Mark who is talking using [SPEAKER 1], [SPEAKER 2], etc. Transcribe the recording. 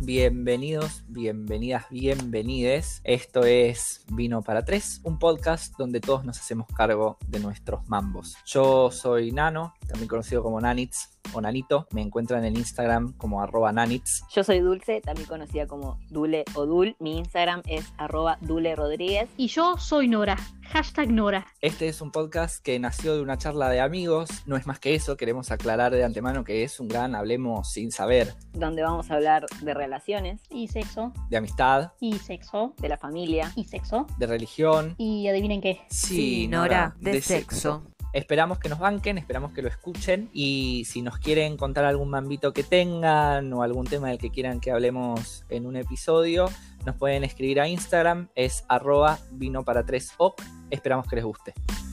[SPEAKER 1] bienvenidos, bienvenidas, bienvenides. Esto es Vino para Tres, un podcast donde todos nos hacemos cargo de nuestros mambos. Yo soy Nano, también conocido como Nanitz o Nanito. Me encuentran en Instagram como arroba nanitz.
[SPEAKER 2] Yo soy Dulce, también conocida como Dule o Dul. Mi Instagram es arroba Dule Rodríguez.
[SPEAKER 3] Y yo soy Nora, hashtag Nora.
[SPEAKER 1] Este es un podcast que nació de una charla de amigos. No es más que eso, queremos aclarar de antemano que es un gran hablemos sin saber,
[SPEAKER 2] Donde vamos a hablar de relaciones,
[SPEAKER 3] Y sexo,
[SPEAKER 1] de amistad,
[SPEAKER 3] y sexo,
[SPEAKER 2] de la familia.
[SPEAKER 3] y sexo.
[SPEAKER 1] de religión.
[SPEAKER 3] Y adivinen qué.
[SPEAKER 4] Sí, Nora, de sexo.
[SPEAKER 1] Esperamos que nos banquen, esperamos que lo escuchen y si nos quieren contar algún mambito que tengan o algún tema del que quieran que hablemos en un episodio, nos pueden escribir a Instagram, es arroba vino para 3 oc. Esperamos que les guste.